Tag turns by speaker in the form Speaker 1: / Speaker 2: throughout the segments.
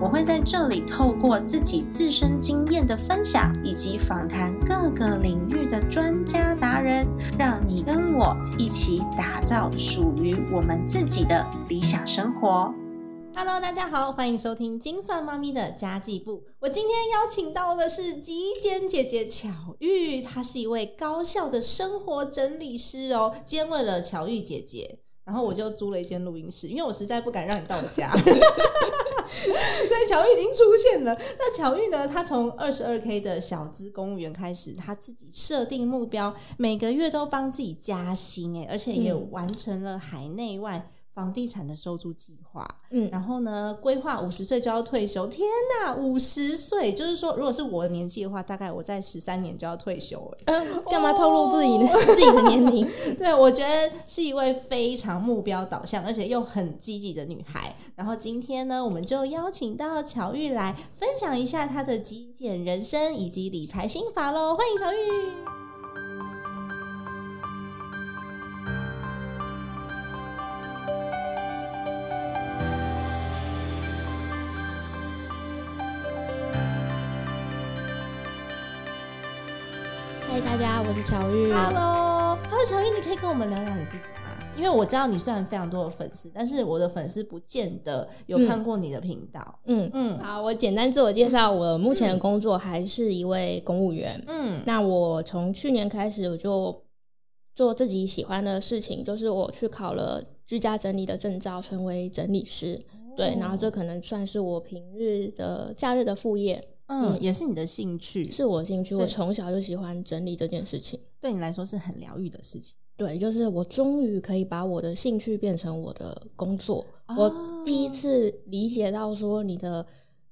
Speaker 1: 我会在这里透过自己自身经验的分享，以及访谈各个领域的专家达人，让你跟我一起打造属于我们自己的理想生活。
Speaker 2: Hello，大家好，欢迎收听金算妈咪的家计部。我今天邀请到的是极简姐姐巧玉，她是一位高效的生活整理师哦。今天为了巧玉姐姐，然后我就租了一间录音室，因为我实在不敢让你到我家。 对，巧玉已经出现了。那巧玉呢？她从二十二 K 的小资公务员开始，她自己设定目标，每个月都帮自己加薪，哎，而且也
Speaker 3: 嗯
Speaker 2: 完成了海内外房地产的收租计划。
Speaker 3: 嗯，
Speaker 2: 然后呢，规划五十岁就要退休。天哪，五十岁，就是说，如果是我的年纪的话，大概我在十三年就要退休了。哦
Speaker 3: 呃，干嘛透露自己的、自己的年龄？
Speaker 2: 对，我觉得是一位非常目标导向，而且又很积极的女孩。然后今天呢，我们就邀请到巧玉来分享一下她的极简人生以及理财心法喽。欢迎巧玉。
Speaker 3: 嗨，大家，我是巧玉。
Speaker 2: Hello，Hello，乔玉，你可以跟我们聊聊你自己吗？因为我知道你虽然非常多的粉丝，但是我的粉丝不见得有看过你的频道。
Speaker 3: 嗯，
Speaker 2: 嗯
Speaker 3: 好，我简单自我介绍，我目前的工作还是一位公务员。
Speaker 2: 嗯
Speaker 3: 那我从去年开始，我就做自己喜欢的事情，就是我去考了居家整理的证照，成为整理师。对，然后这可能算是我平日的假日的副业，
Speaker 2: 嗯，
Speaker 3: 嗯
Speaker 2: 也是你的兴趣，
Speaker 3: 是我兴趣。
Speaker 2: 是
Speaker 3: 我从小就喜欢整理这件事情。
Speaker 2: 对你来说是很疗愈的事情。
Speaker 3: 对，就是我终于可以把我的兴趣变成我的工作。我
Speaker 2: 哦
Speaker 3: 第一次理解到说，你的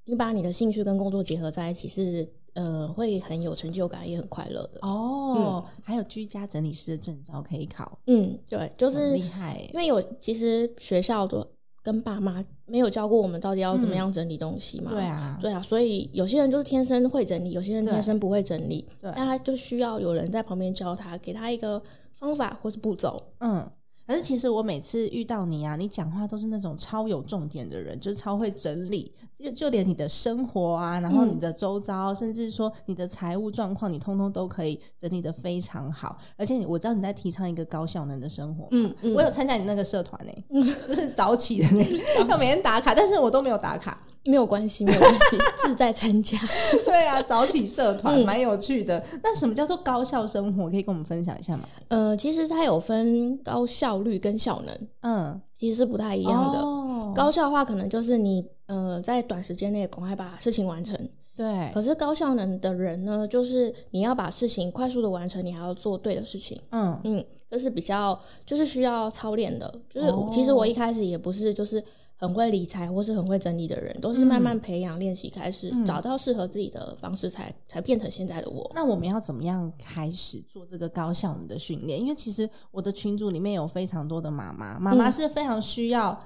Speaker 3: 你把你的兴趣跟工作结合在一起是，呃，会很有成就感，也很快乐的。
Speaker 2: 哦，还有居家整理师的证照可以考，
Speaker 3: 嗯，对，就
Speaker 2: 很
Speaker 3: 是
Speaker 2: 厉害耶。
Speaker 3: 因为有其实学校都跟爸妈没有教过我们到底要怎么样整理东西嘛。
Speaker 2: 嗯对。啊，
Speaker 3: 对啊，所以有些人就是天生会整理，有些人
Speaker 2: 对
Speaker 3: 天生不会整理，
Speaker 2: 对
Speaker 3: 那他就需要有人在旁边教他，给他一个方法或是步骤。
Speaker 2: 嗯。可是其实我每次遇到你啊，你讲话都是那种超有重点的人，就是超会整理，就就连你的生活啊，然后你的周遭，甚至说你的财务状况，你通通都可以整理的非常好。而且你我知道你在提倡一个高效能的生活，
Speaker 3: 嗯嗯
Speaker 2: 我有参加你那个社团呢、就是早起的那个，要每天打卡，但是我都没有打卡。
Speaker 3: 没有关系，没有关系， 自在参加。
Speaker 2: 对啊，早起社团
Speaker 3: 嗯
Speaker 2: 蛮有趣的。那什么叫做高效生活？可以跟我们分享一下吗？
Speaker 3: 呃，其实它有分高效率跟效能，
Speaker 2: 嗯，
Speaker 3: 其实是不太一
Speaker 2: 一
Speaker 3: 样的。
Speaker 2: 哦、
Speaker 3: 高效的话，可能就是你呃在短时间内赶快把事情完成；
Speaker 2: 对，
Speaker 3: 可是高效能的人呢，就是你要把事情快速的完成，你还要做对的事情。
Speaker 2: 嗯。
Speaker 3: 嗯，就是比较就是需要操练的。就是、
Speaker 2: 哦
Speaker 3: 其实我一开始也不是就是很会理财或是很会整理的人，都是慢慢培养练习开始，找到适合自己的方式才才变成现在的我。
Speaker 2: 那我们要怎么样开始做这个高效能的训练？因为其实我的群组里面有非常多的妈妈，妈
Speaker 3: 嗯
Speaker 2: 妈是非常需
Speaker 3: 哦
Speaker 2: 要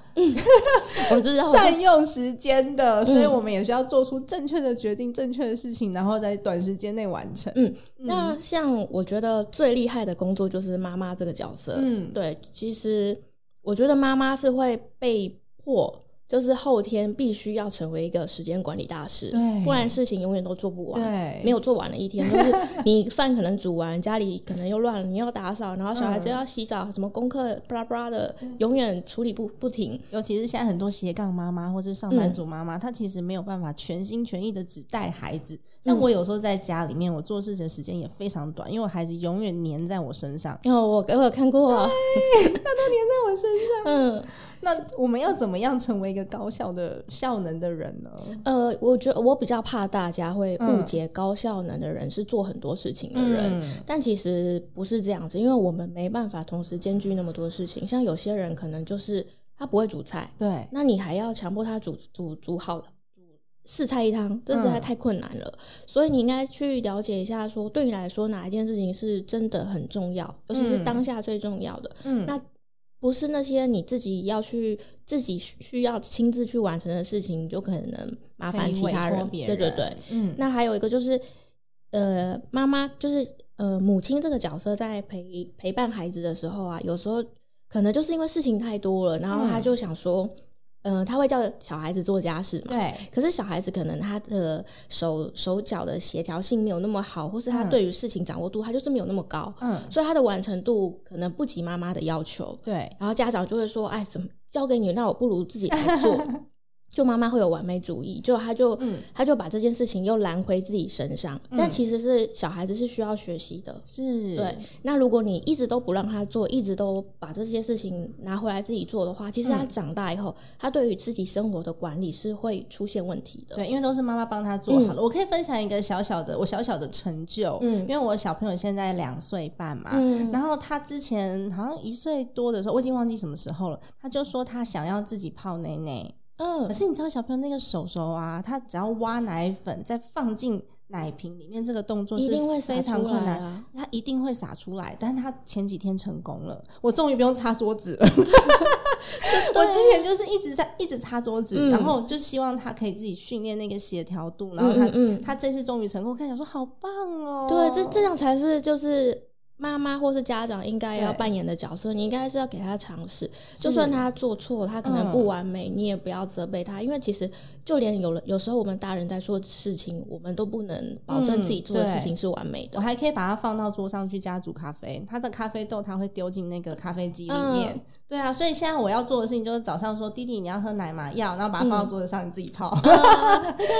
Speaker 3: 我知道我
Speaker 2: 善用时间的，所以
Speaker 3: 嗯
Speaker 2: 我们也需要做出正确的决定、正确的事情，然后在短时间内完成。
Speaker 3: 嗯那像我觉得最厉害的工作就是妈妈这个角色。
Speaker 2: 嗯，
Speaker 3: 呃对，其实我觉得妈妈是会被迫，就是后天必须要成为一个时间管理大师，
Speaker 2: 对
Speaker 3: 不然事情永远都做不完。
Speaker 2: 对，
Speaker 3: 没有做完的一天，就是你饭可能煮完，家里可能又乱了，你要打扫，然后小孩
Speaker 2: 嗯
Speaker 3: 子又要洗澡，什么功课巴拉巴拉的，永远处理不不停。
Speaker 2: 尤其是现在很多斜杠妈妈或是上
Speaker 3: 嗯
Speaker 2: 班族妈妈，她其实没有办法全心全意的只带孩子。
Speaker 3: 嗯
Speaker 2: 像我有时候在家里面，我做事情的时间也非常短，因为我孩子永远黏在我身上。
Speaker 3: 然后我我有看过啊，
Speaker 2: 在我身上，
Speaker 3: 嗯，
Speaker 2: 那我们要怎么样成为一个高效的效能的人呢？
Speaker 3: 呃，我觉得我比较怕大家会误
Speaker 2: 嗯
Speaker 3: 解高效能的人是做很多事情的人，但其实不是这样子，因为我们没办法同时兼具那么多事情。像有些人可能就是他不会煮菜，
Speaker 2: 对，
Speaker 3: 那你还要强迫他煮煮煮好煮四菜一汤，这实在
Speaker 2: 嗯
Speaker 3: 太困难了。所以你应该去了解一下说对你来说哪一件事情是真的很重要，尤其是
Speaker 2: 嗯
Speaker 3: 当下最重要的。
Speaker 2: 嗯
Speaker 3: 那不是那些你自己要去自己需要亲自去完成的事情，你就可能麻
Speaker 2: 可
Speaker 3: 烦
Speaker 2: 以
Speaker 3: 其他
Speaker 2: 委托
Speaker 3: 人。
Speaker 2: 别
Speaker 3: 对对
Speaker 2: 人
Speaker 3: 对。
Speaker 2: 嗯，
Speaker 3: 那还有一个就是，呃，妈妈就是呃母亲这个角色在陪陪伴孩子的时候啊，有时候可能就是因为事情太多了，然后她
Speaker 2: 嗯
Speaker 3: 就想说，嗯、呃，她会叫小孩子做家事嘛。
Speaker 2: 对，
Speaker 3: 可是小孩子可能他的手手脚的协调性没有那么好，或是他
Speaker 2: 嗯
Speaker 3: 对于事情掌握度，他就是没有那么高，
Speaker 2: 嗯，
Speaker 3: 所以他的完成度可能不及妈妈的要求。
Speaker 2: 对，
Speaker 3: 然后家长就会说：“哎，怎么交给你？那我不如自己来 做。”就妈妈会有完美主义，就她就、
Speaker 2: 嗯
Speaker 3: 她就把这件事情又揽回自己身上。但其实是小孩子是需要学习的。
Speaker 2: 是，
Speaker 3: 对，那如果你一直都不让他做，一直都把这些事情拿回来自己做的话，其实他
Speaker 2: 嗯
Speaker 3: 长大以后，他对于自己生活的管理是会出现问题的。
Speaker 2: 对，因为都是妈妈帮他做好了。我可以分享一个小小的我小小的成就，
Speaker 3: 嗯
Speaker 2: 因为我小朋友现在两岁半嘛，
Speaker 3: 嗯
Speaker 2: 然后他之前好像一岁多的时候，我已经忘记什么时候了，他就说他想要自己泡奶奶。可
Speaker 3: 嗯，
Speaker 2: 是你知道小朋友那个手手啊，他只要挖奶粉再放进奶瓶里面，这个动作
Speaker 3: 一
Speaker 2: 是
Speaker 3: 定会
Speaker 2: 非
Speaker 3: 洒
Speaker 2: 常
Speaker 3: 出
Speaker 2: 困
Speaker 3: 来
Speaker 2: 难。
Speaker 3: 啊。
Speaker 2: 他一定会洒出来，但是他前几天成功了，我终于不用擦桌子 了。我之前就是一直在一直擦桌子，
Speaker 3: 嗯
Speaker 2: 然后就希望他可以自己训练那个协调度，然后他、
Speaker 3: 嗯嗯
Speaker 2: 他这次终于成功，我看想说好棒哦，
Speaker 3: 对，这这样才是就是妈妈或是家长应该要
Speaker 2: 对
Speaker 3: 扮演的角色，你应该是要给他尝试，就算他做错，他可能不完美，你也不要责备他，因为其实就连有了有时候我们大人在做事情，我们都不能保证自己做的事情是完美
Speaker 2: 我
Speaker 3: 的。
Speaker 2: 还可以把它放到桌上去加煮咖啡，它的咖啡豆它会丢进那个咖啡机里面。
Speaker 3: 嗯
Speaker 2: 对啊，所以现在我要做的事情就是早上说弟弟你要喝奶吗？要，然后把它放到
Speaker 3: 嗯
Speaker 2: 桌子上、你自己泡。
Speaker 3: 那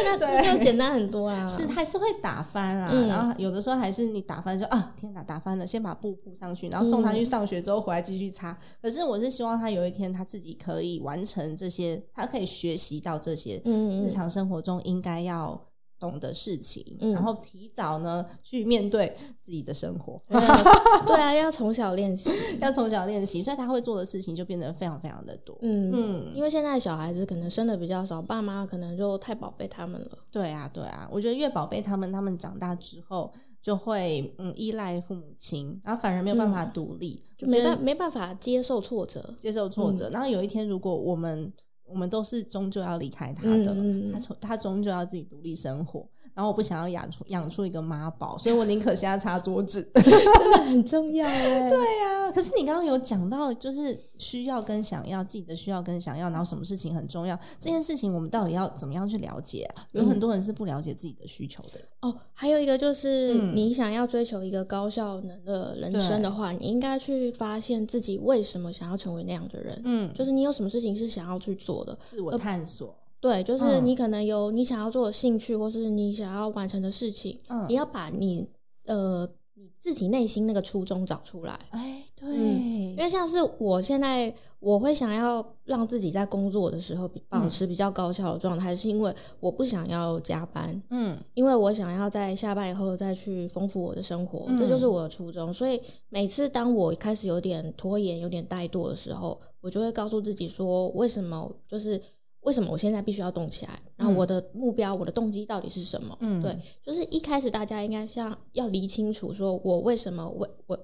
Speaker 3: 那这样简单很多 啊，
Speaker 2: 是还是会打翻啊，
Speaker 3: 嗯
Speaker 2: 然后有的时候还是你打翻就啊，天哪，打翻了，先把布铺上去，然后送他去上学之后回来继续
Speaker 3: 嗯
Speaker 2: 擦。可是我是希望他有一天他自己可以完成这些，他可以学习到这些
Speaker 3: 嗯
Speaker 2: 日
Speaker 3: 嗯
Speaker 2: 常生活中应该要懂的事情，
Speaker 3: 嗯
Speaker 2: 然后提早呢去面对自己的生活，
Speaker 3: 嗯， 对啊， 要从小练习，
Speaker 2: 要从小练习，所以他会做的事情就变得非常非常的多。
Speaker 3: 嗯。
Speaker 2: 嗯，
Speaker 3: 因为现在小孩子可能生的比较少，爸妈可能就太宝贝他们了。
Speaker 2: 对啊，对啊，我觉得月宝贝他们他们长大之后就会嗯依赖父母亲，然后反而没有办法独立，
Speaker 3: 就
Speaker 2: 我觉
Speaker 3: 没
Speaker 2: 得
Speaker 3: 办没办法接受挫 折，
Speaker 2: 接受挫折。然后有一天，如果我们我们都是终究要离开他的，
Speaker 3: 嗯嗯嗯
Speaker 2: 他从他终究要自己独立生活。然后我不想要养出养出一个妈宝，所以我宁可现在擦桌子。
Speaker 3: 真的很重要哎。 对，
Speaker 2: 对啊，可是你刚刚有讲到，就是需要跟想要，自己的需要跟想要，然后什么事情很重要，这件事情我们到底要怎么样去了解啊、有很多人是不了解自己的需求的。
Speaker 3: 哦，还有一个就是，
Speaker 2: 嗯
Speaker 3: 你想要追求一个高效能的人生的话，你应该去发现自己为什么想要成为那样的人。
Speaker 2: 嗯，呃
Speaker 3: 就是你有什么事情是想要去做的，
Speaker 2: 自我探索。
Speaker 3: 对，就是
Speaker 2: 嗯
Speaker 3: 你可能有你想要做的兴趣，或是你想要完成的事情，
Speaker 2: 嗯
Speaker 3: 你要把你呃你自己内心那个初衷找出来。
Speaker 2: 哎，对，
Speaker 3: 嗯因为像是我现在，我会想要让自己在工作的时候比
Speaker 2: 嗯
Speaker 3: 保持比较高效的状态，是因为我不想要加班，
Speaker 2: 嗯
Speaker 3: 因为我想要在下班以后再去丰富我的生活，
Speaker 2: 嗯
Speaker 3: 这就是我的初衷。所以每次当我开始有点拖延、有点怠惰的时候，我就会告诉自己说，为什么就是为什么我现在必须要动起来？然后我的目标、我的动机到底是什么？
Speaker 2: 嗯
Speaker 3: 对，就是一开始大家应该像要理清楚，说我为什么我我。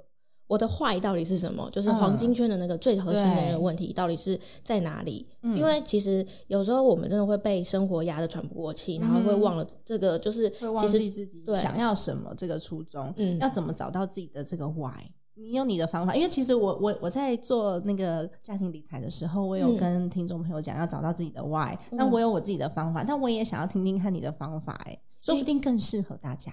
Speaker 3: 我的坏到底是什么？就是
Speaker 2: 嗯
Speaker 3: 黄金圈的那个最核心的那
Speaker 2: 对嗯
Speaker 3: 个问题到底是在哪里？因为其实有时候我们真的会被生活压得喘不过气，然后会忘了这个，就是
Speaker 2: 嗯会
Speaker 3: 其
Speaker 2: 忘
Speaker 3: 实
Speaker 2: 记自己
Speaker 3: 对
Speaker 2: 想要什么这个初衷，
Speaker 3: 嗯
Speaker 2: 要怎么找到自己的这个 why。你有你的方法，因为其实我我我在做那个家庭理财的时候，我有
Speaker 3: 嗯
Speaker 2: 跟听众朋友讲要找到自己的 why，、那我有我自己的方法，但我也想要听听看你的方法、哎，说不定更适合大家。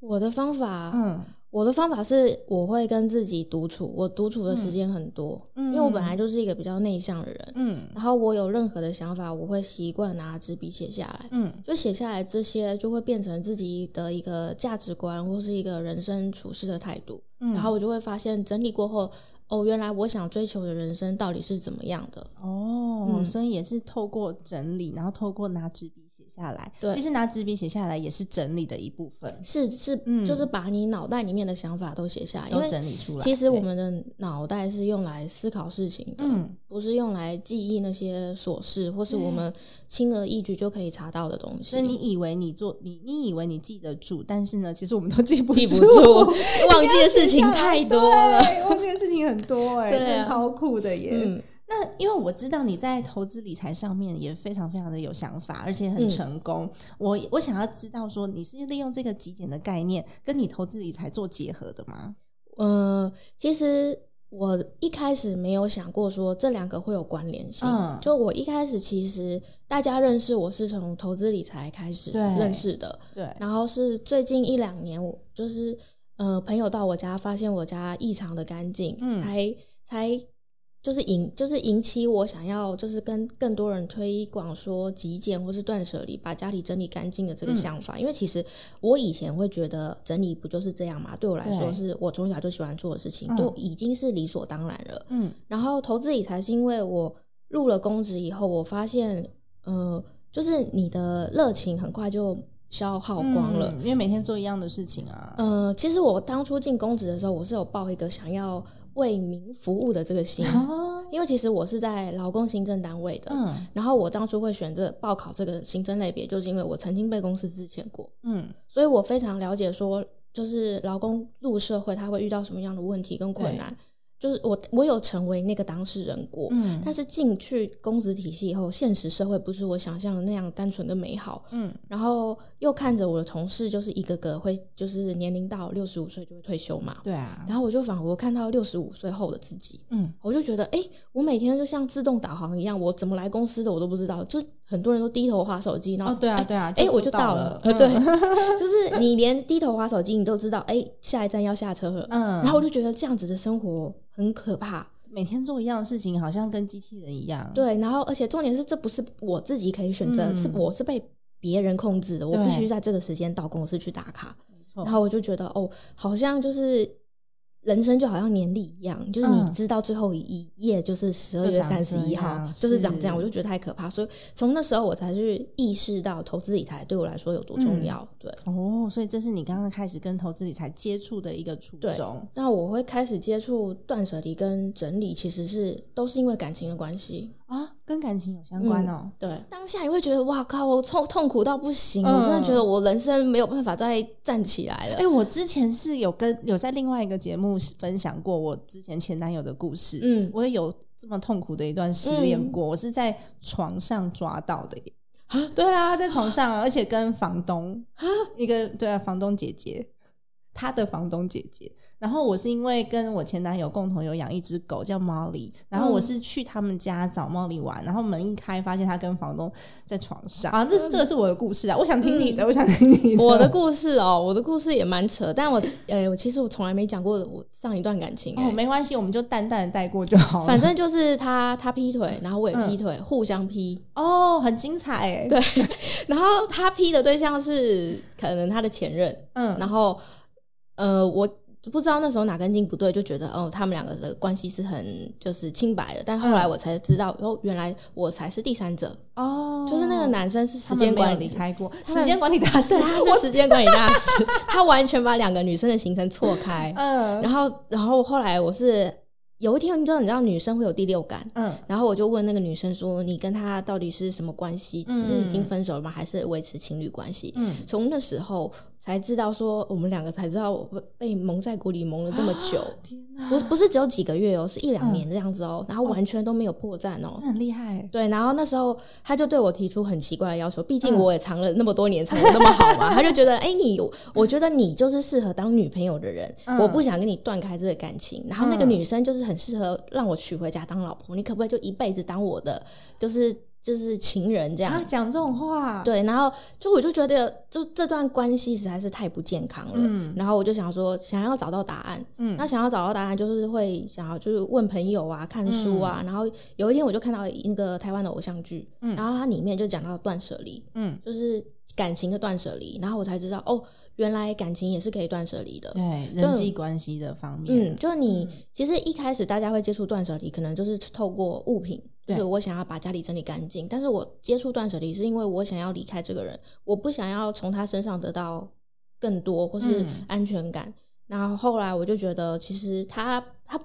Speaker 3: 我的方法，
Speaker 2: 嗯
Speaker 3: 我的方法是我会跟自己独处，我独处的时间很多，因为我本来就是一个比较内向的人，
Speaker 2: 嗯
Speaker 3: 然后我有任何的想法，我会习惯拿纸笔写下来。
Speaker 2: 嗯
Speaker 3: 就写下来这些，就会变成自己的一个价值观，或是一个人生处事的态度。
Speaker 2: 嗯
Speaker 3: 然后我就会发现，整理过后，哦，原来我想追求的人生到底是怎么样的。
Speaker 2: 哦，
Speaker 3: 嗯
Speaker 2: 所以也是透过整理，然后透过拿纸笔写下来。
Speaker 3: 对
Speaker 2: 其实拿纸笔写下来也是整理的一部分，
Speaker 3: 是是，
Speaker 2: 嗯
Speaker 3: 就是把你脑袋里面的想法都写下来，因
Speaker 2: 都
Speaker 3: 为
Speaker 2: 整理出来。
Speaker 3: 其实我
Speaker 2: 对
Speaker 3: 们的脑袋是用来思考事情的，
Speaker 2: 嗯，
Speaker 3: 不是用来记忆那些琐事，或是我们轻而易举就可以查到的东西。
Speaker 2: 所以嗯你以为你做你你以为你记得住，但是呢，其实我们都记不
Speaker 3: 记不
Speaker 2: 住，
Speaker 3: 住， 忘记的事情 太多了。
Speaker 2: 对，忘记的事情很 多哎、
Speaker 3: 对啊
Speaker 2: 那超酷的耶。
Speaker 3: 嗯，
Speaker 2: 那因为我知道你在投资理财上面也非常非常的有想法，而且
Speaker 3: 嗯
Speaker 2: 很成功。我我想要知道说你是利用这个极简的概念跟你投资理财做结合的吗？
Speaker 3: 呃，其实我一开始没有想过说这两个会有关联性。
Speaker 2: 嗯
Speaker 3: 就我一开始其实大家认识我是从投资理财开始
Speaker 2: 对
Speaker 3: 认识的，
Speaker 2: 对，
Speaker 3: 然后是最近一两年，我就是呃朋友到我家发现我家异常的干净，
Speaker 2: 嗯
Speaker 3: 才才就是引就是引起我想要就是跟更多人推广说极简或是断舍离，把家里整理干净的
Speaker 2: 嗯
Speaker 3: 这个想法。因为其实我以前会觉得整理不就是这样嘛，对我来说
Speaker 2: 对
Speaker 3: 是我从小就喜欢做的事情，
Speaker 2: 嗯
Speaker 3: 都已经是理所当然了。
Speaker 2: 嗯，
Speaker 3: 然后投资理财是因为我入了公职以后，我发现，呃，就是你的热情很快就消耗光了。
Speaker 2: 嗯因为每天做一样的事情啊。
Speaker 3: 呃，其实我当初进公职的时候，我是有抱一个想要为民服务的这个心，
Speaker 2: 哦，
Speaker 3: 因为其实我是在劳工行政单位的。
Speaker 2: 嗯
Speaker 3: 然后我当初会选择报考这个行政类别，就是因为我曾经被公司之前过，
Speaker 2: 嗯，
Speaker 3: 所以我非常了解说，就是劳工入社会他会遇到什么样的问题跟困难。就是我，我有成为那个当事人过，
Speaker 2: 嗯
Speaker 3: 但是进去公职体系以后，现实社会不是我想象的那样单纯跟美好。
Speaker 2: 嗯，
Speaker 3: 然后又看着我的同事，就是一个个会，就是年龄到六十五岁就会退休嘛。
Speaker 2: 对啊，
Speaker 3: 然后我就仿佛看到六十五岁后的自己，
Speaker 2: 嗯，
Speaker 3: 我就觉得，哎、我每天就像自动导航一样，我怎么来公司的我都不知道。就很多人都低头划手机，然后
Speaker 2: 哦，对啊，
Speaker 3: 诶
Speaker 2: 对啊，
Speaker 3: 哎、我
Speaker 2: 就
Speaker 3: 就
Speaker 2: 到
Speaker 3: 到
Speaker 2: 了嗯
Speaker 3: 了，，呃，对， 就是你连低头划手机，你都知道，哎、下一站要下车了，
Speaker 2: 嗯
Speaker 3: 然后我就觉得这样子的生活很可怕，
Speaker 2: 每天做一样的事情，好像跟机器人一样。，
Speaker 3: 对，然后而且重点是，这不是我自己可以选择，
Speaker 2: 嗯
Speaker 3: 是我是被别人控制的，我
Speaker 2: 对
Speaker 3: 必须在这个时间到公司去打卡，
Speaker 2: 没错
Speaker 3: 然。后我就觉得，哦，好像就是。人生就好像年历一样，就是你
Speaker 2: 嗯
Speaker 3: 知道最后一页就是十二
Speaker 2: 就
Speaker 3: 月
Speaker 2: 长
Speaker 3: 三十一
Speaker 2: 这
Speaker 3: 号，
Speaker 2: 样
Speaker 3: 就是长这样，
Speaker 2: 是
Speaker 3: 我就觉得太可怕。所以从那时候我才去意识到投资理财对我来说有多重
Speaker 2: 嗯
Speaker 3: 要。对，
Speaker 2: 哦，所以这是你刚刚开始跟投资理财接触的一个初
Speaker 3: 对
Speaker 2: 衷。
Speaker 3: 那我会开始接触断舍离跟整理，其实是都是因为感情的关系。
Speaker 2: 啊，跟感情有
Speaker 3: 嗯
Speaker 2: 相关哦。
Speaker 3: 对，当下你会觉得哇靠，我痛痛苦到不行，
Speaker 2: 嗯
Speaker 3: 我真的觉得我人生没有办法再站起来了。
Speaker 2: 哎、我之前是有跟有在另外一个节目分享过我之前前男友的故事，
Speaker 3: 嗯
Speaker 2: 我也有这么痛苦的一段失恋过，我是在床上抓到的耶。 对啊，在床 上啊，而且跟房东一个对啊，房东姐姐，她的房东姐姐。然后我是因为跟我前男友共同有养一只狗叫 Molly，然后我是去他们家找 Molly 玩，然后门一开，发现她跟房东在床上啊，这这个是我的故事啊，我想听你的，我想听你的，
Speaker 3: 嗯我的故事哦，我的故事也蛮扯，但我呃、我其实我从来没讲过我上一段感情、
Speaker 2: 哦，
Speaker 3: 欸
Speaker 2: 没关系，我们就淡淡的带过就好了。
Speaker 3: 反正就是他他劈腿，然后我也劈腿，
Speaker 2: 嗯
Speaker 3: 互相劈。
Speaker 2: 哦，很精彩哎。对，
Speaker 3: 然后他劈的对象是可能他的前任，
Speaker 2: 嗯，
Speaker 3: 然后呃，我不知道那时候哪根筋不对，就觉得哦，他们两个的关系是很就是清白的。但后
Speaker 2: 嗯
Speaker 3: 来我才知道，哦，原来我才是第三者，
Speaker 2: 哦，
Speaker 3: 就是那个男生是时
Speaker 2: 他们
Speaker 3: 间
Speaker 2: 没有
Speaker 3: 管
Speaker 2: 离
Speaker 3: 理。
Speaker 2: 开过，
Speaker 3: 他
Speaker 2: 时
Speaker 3: 们
Speaker 2: 间管理大师
Speaker 3: 对，，他是时间管理大师，他完全把两个女生的行程错 开。
Speaker 2: 嗯
Speaker 3: 然后，然后后来我是有一天，你知道，你知道女生会有第六感，
Speaker 2: 嗯
Speaker 3: 然后我就问那个女生说：“你跟他到底是什么关系？
Speaker 2: 嗯
Speaker 3: 是已经分手了吗？还是维持情侣关系？”
Speaker 2: 嗯，
Speaker 3: 从那时候才知道说，我们两个才知道我被蒙在鼓里蒙了这么久，
Speaker 2: 天哪，
Speaker 3: 不不是只有几个月哦，是一两
Speaker 2: 嗯
Speaker 3: 年这样子哦，然后完全都没有破绽哦
Speaker 2: 这。很厉害。
Speaker 3: 对，然后那时候他就对我提出很奇怪的要求，毕竟
Speaker 2: 嗯
Speaker 3: 我也藏了那么多年，藏的那么 好嘛，他就觉得，哎、你，我觉得你就是适合当女朋友的人，
Speaker 2: 嗯
Speaker 3: 我不想跟你断开这个感情。然后那个
Speaker 2: 嗯
Speaker 3: 女生就是很适合让我娶回家当老婆，你可不可以就一辈子当我的，就是就是情人这样
Speaker 2: 啊，讲这种话，
Speaker 3: 对，然后就我就觉得，就这段关系实在是太不健康了。
Speaker 2: 嗯
Speaker 3: 然后我就想说，想要找到答案，
Speaker 2: 嗯
Speaker 3: 那想要找到答案，就是会想要就是问朋友啊、看书啊。然后有一天我就看到那个台湾的偶像剧，
Speaker 2: 嗯
Speaker 3: 然后它里面就讲到断舍离，
Speaker 2: 嗯，
Speaker 3: 就是感情的断舍离。然后我才知道，哦，原来感情也是可以断舍离的。
Speaker 2: 对人际关系的方面，
Speaker 3: 嗯嗯，就你其实一开始大家会接触断舍离，可能就是透过物品，就是
Speaker 2: 对
Speaker 3: 我想要把家里整理干净，但是我接触断舍离是因为我想要离开这个人，我不想要从他身上得到更多或是
Speaker 2: 嗯
Speaker 3: 安全感。然后后来我就觉得，其实他他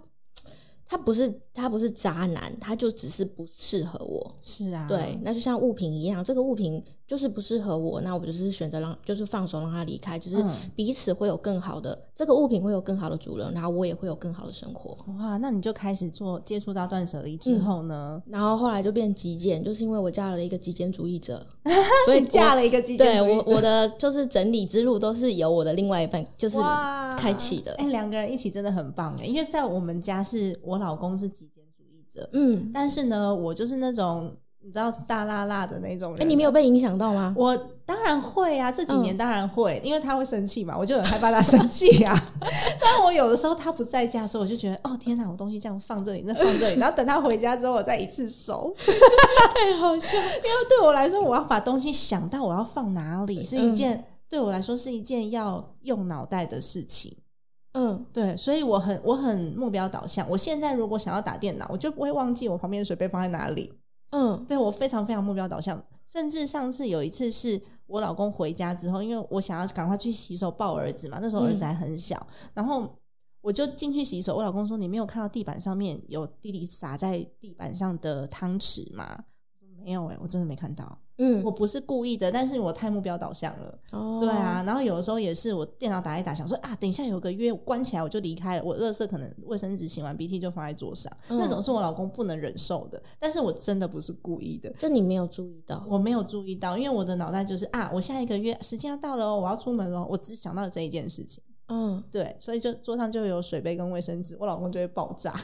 Speaker 3: 他不是他不是渣男，他就只是不适合我。
Speaker 2: 是啊，
Speaker 3: 对，，那就像物品一样，这个物品就是不适合我，那我就是选择让，就是放手让他离开，就是
Speaker 2: 嗯
Speaker 3: 彼此会有更好的，这个物品会有更好的主人，然后我也会有更好的生活。
Speaker 2: 哇，那你就开始做接触到断舍离之后呢，
Speaker 3: 然后后来就变极简，就是因为我嫁了一个极简主义者， 所以
Speaker 2: 你嫁
Speaker 3: 了。
Speaker 2: 了一个极简
Speaker 3: 对
Speaker 2: 主义
Speaker 3: 我
Speaker 2: 者
Speaker 3: 我的就是整理之路都是由我的另外一半就是
Speaker 2: 哇
Speaker 3: 开启的
Speaker 2: 哎、，两个人一起真的很棒哎，因为在我们家是我老公是极简主义者，
Speaker 3: 嗯，
Speaker 2: 但是呢，我就是那种你知道大辣辣的那种人。
Speaker 3: 哎，你没有被影响到吗？
Speaker 2: 我当然会啊，这几
Speaker 3: 嗯
Speaker 2: 年当然会，因为他会生气嘛，我就很害怕他生气 啊。但我有的时候他不在家的时候，我就觉得哦天哪，我东西这样放这里，那放这里，然后等他回家之后，我再一次收。
Speaker 3: 太好笑，
Speaker 2: 因为对我来说，我要把东西想到我要放哪里，是一件、对我来说是一件要用脑袋的事情。
Speaker 3: 嗯，
Speaker 2: 对，所以我很我很目标导向。我现在如果想要打电脑，我就不会忘记我旁边的水杯放在哪里。
Speaker 3: 嗯，
Speaker 2: 对我非常非常目标导向，甚至上次有一次是我老公回家之后，因为我想要赶快去洗手抱儿子嘛，那时候儿子
Speaker 3: 嗯
Speaker 2: 还很小，然后我就进去洗手，我老公说：“你没有看到地板上面有弟弟洒在地板上的汤匙吗？”我说没有哎、我真的没看到，
Speaker 3: 嗯
Speaker 2: 我，不是故意的，但是我太目标导向了。
Speaker 3: 哦
Speaker 2: 对，啊，然后有的时候也是我电脑打一打，想说啊，等一下有个约，我关起来我就离开了。我垃圾可能卫生纸洗完鼻涕就放在桌上，
Speaker 3: 嗯
Speaker 2: 那种是我老公不能忍受的。但是我真的不是故意的，
Speaker 3: 就你没有注意到，
Speaker 2: 我没有注意到，因为我的脑袋就是啊，我下一个约时间要到了哦，我要出门了哦，我只想到这一件事情。
Speaker 3: 嗯，
Speaker 2: 对，所以就桌上就有水杯跟卫生纸，我老公就会爆炸。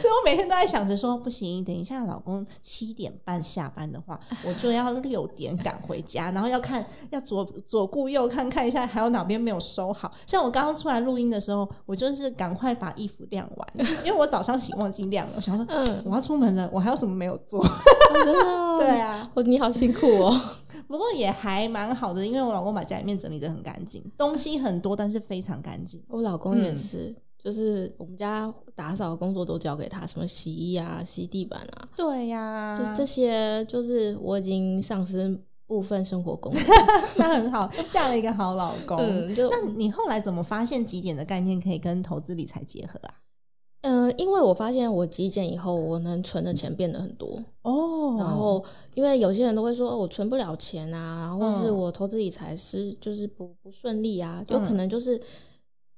Speaker 2: 所以我每天都在想着说，不行，等一下老公七点半下班的话，我就要六点赶回家，然后要看要左左顾右看看一下还有哪边没有收好。像我刚刚出来录音的时候，我就是赶快把衣服晾完，因为我早上洗忘记晾了，我想说
Speaker 3: 嗯
Speaker 2: 我要出门了，我还有什么没有做？
Speaker 3: 哦真的哦，
Speaker 2: 对啊，
Speaker 3: 哦，你好辛苦 哦。
Speaker 2: 不过也还蛮好的，因为我老公把家里面整理得很干净，东西很多，但是非常干净。
Speaker 3: 我老公也
Speaker 2: 嗯
Speaker 3: 是，就是我们家打扫的工作都交给他，什么洗衣啊、吸地板啊，
Speaker 2: 对呀、
Speaker 3: 就这些，就是我已经丧失部分生活功能。
Speaker 2: 那很好，嫁了一个好老公。
Speaker 3: 嗯，就
Speaker 2: 那你后来怎么发现极简的概念可以跟投资理财结合啊？
Speaker 3: 嗯、呃因为我发现我极简以后，我能存的钱变得很多。
Speaker 2: 哦
Speaker 3: 然后，因为有些人都会说，哦我存不了钱啊，然后或是
Speaker 2: 嗯
Speaker 3: 我投资理财是就是不不顺利啊，有可
Speaker 2: 嗯
Speaker 3: 能就是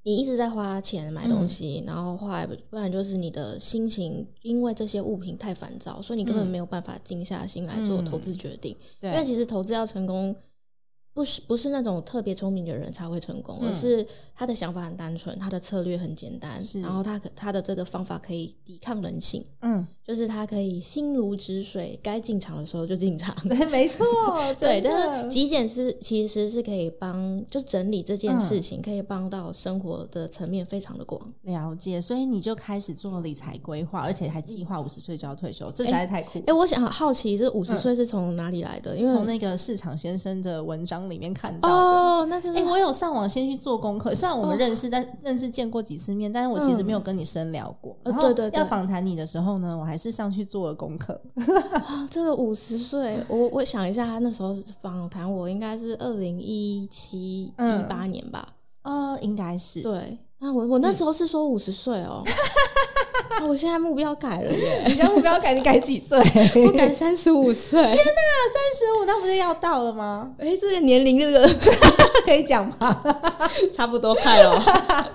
Speaker 3: 你一直在花钱买东西，然后后来不然就是你的心情因为这些物品太烦躁，所以你根本
Speaker 2: 嗯
Speaker 3: 没有办法静下心来做投资决定。因为
Speaker 2: 对，
Speaker 3: 其实投资要成功，不是不是那种特别聪明的人才会成功，
Speaker 2: 嗯
Speaker 3: 而是他的想法很单纯，他的策略很简单
Speaker 2: 是，
Speaker 3: 然后他可他的这个方法可以抵抗人性。
Speaker 2: 嗯，
Speaker 3: 就是他可以心如止水，该进场的时候就进场。
Speaker 2: 对，没 错，
Speaker 3: 对，
Speaker 2: 真的
Speaker 3: 但是极简是其实是可以帮，就整理这件
Speaker 2: 嗯
Speaker 3: 事情，可以帮到生活的层面非常的广。
Speaker 2: 了解，所以你就开始做理财规划，而且还计划五十岁就要退休，这实在太酷了。
Speaker 3: 哎、我想好奇，这五十岁是从哪里来的？
Speaker 2: 嗯
Speaker 3: 因
Speaker 2: 是从
Speaker 3: 为
Speaker 2: 那个市场先生的文章里面看到的。
Speaker 3: 哦，那就是、
Speaker 2: 哎、我有上网先去做功课，虽然我们
Speaker 3: 哦
Speaker 2: 认识，但认识见过几次面，但是我其实
Speaker 3: 嗯
Speaker 2: 没有跟你深聊过。
Speaker 3: 呃
Speaker 2: 然后
Speaker 3: 对对对
Speaker 2: 要访谈你的时候呢，我还是上去做了功课。
Speaker 3: 啊，这个五十岁，我我想一下，他那时候访谈我应该是二零一七一
Speaker 2: 嗯
Speaker 3: 八年吧？
Speaker 2: 呃，应该是
Speaker 3: 对，那我我
Speaker 2: 嗯
Speaker 3: 那时候是说五十岁 哦，啊我现在目标改了耶，
Speaker 2: 你家目标改，你改几 岁？
Speaker 3: 我改三十五岁。
Speaker 2: 十五，那不就要到了吗？
Speaker 3: 哎、这个年龄，这个
Speaker 2: 可以讲 吗？
Speaker 3: 差不多快哦了，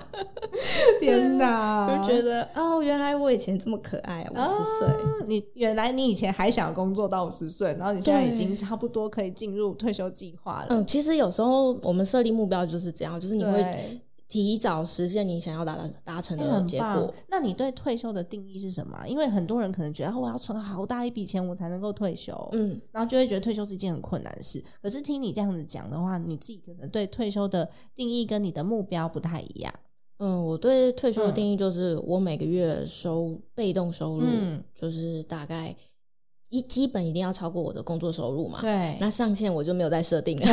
Speaker 2: 天哪！
Speaker 3: 就觉得哦，原来我以前这么可爱、啊，五十岁，
Speaker 2: 啊你原来你以前还想工作到五十岁，然后你现在已
Speaker 3: 对
Speaker 2: 经差不多可以进入退休计划了。
Speaker 3: 嗯，其实有时候我们设立目标就是这样，就是嗯你会
Speaker 2: 对，
Speaker 3: 提早实现你想要达达成
Speaker 2: 哎
Speaker 3: 的
Speaker 2: 很
Speaker 3: 结
Speaker 2: 棒
Speaker 3: 果。。
Speaker 2: 那你对退休的定义是什么啊？因为很多人可能觉得啊我要存好大一笔钱我才能够退休，
Speaker 3: 嗯，
Speaker 2: 然后就会觉得退休是一件很困难的事。可是听你这样子讲的话，你自己可能对退休的定义跟你的目标不太一样。
Speaker 3: 嗯，我对退休的定义就是，我每个月收被动收入，
Speaker 2: 嗯
Speaker 3: 就是大概一基本一定要超过我的工作收入嘛。
Speaker 2: 对
Speaker 3: 啊那上限我就没有再设定 了，就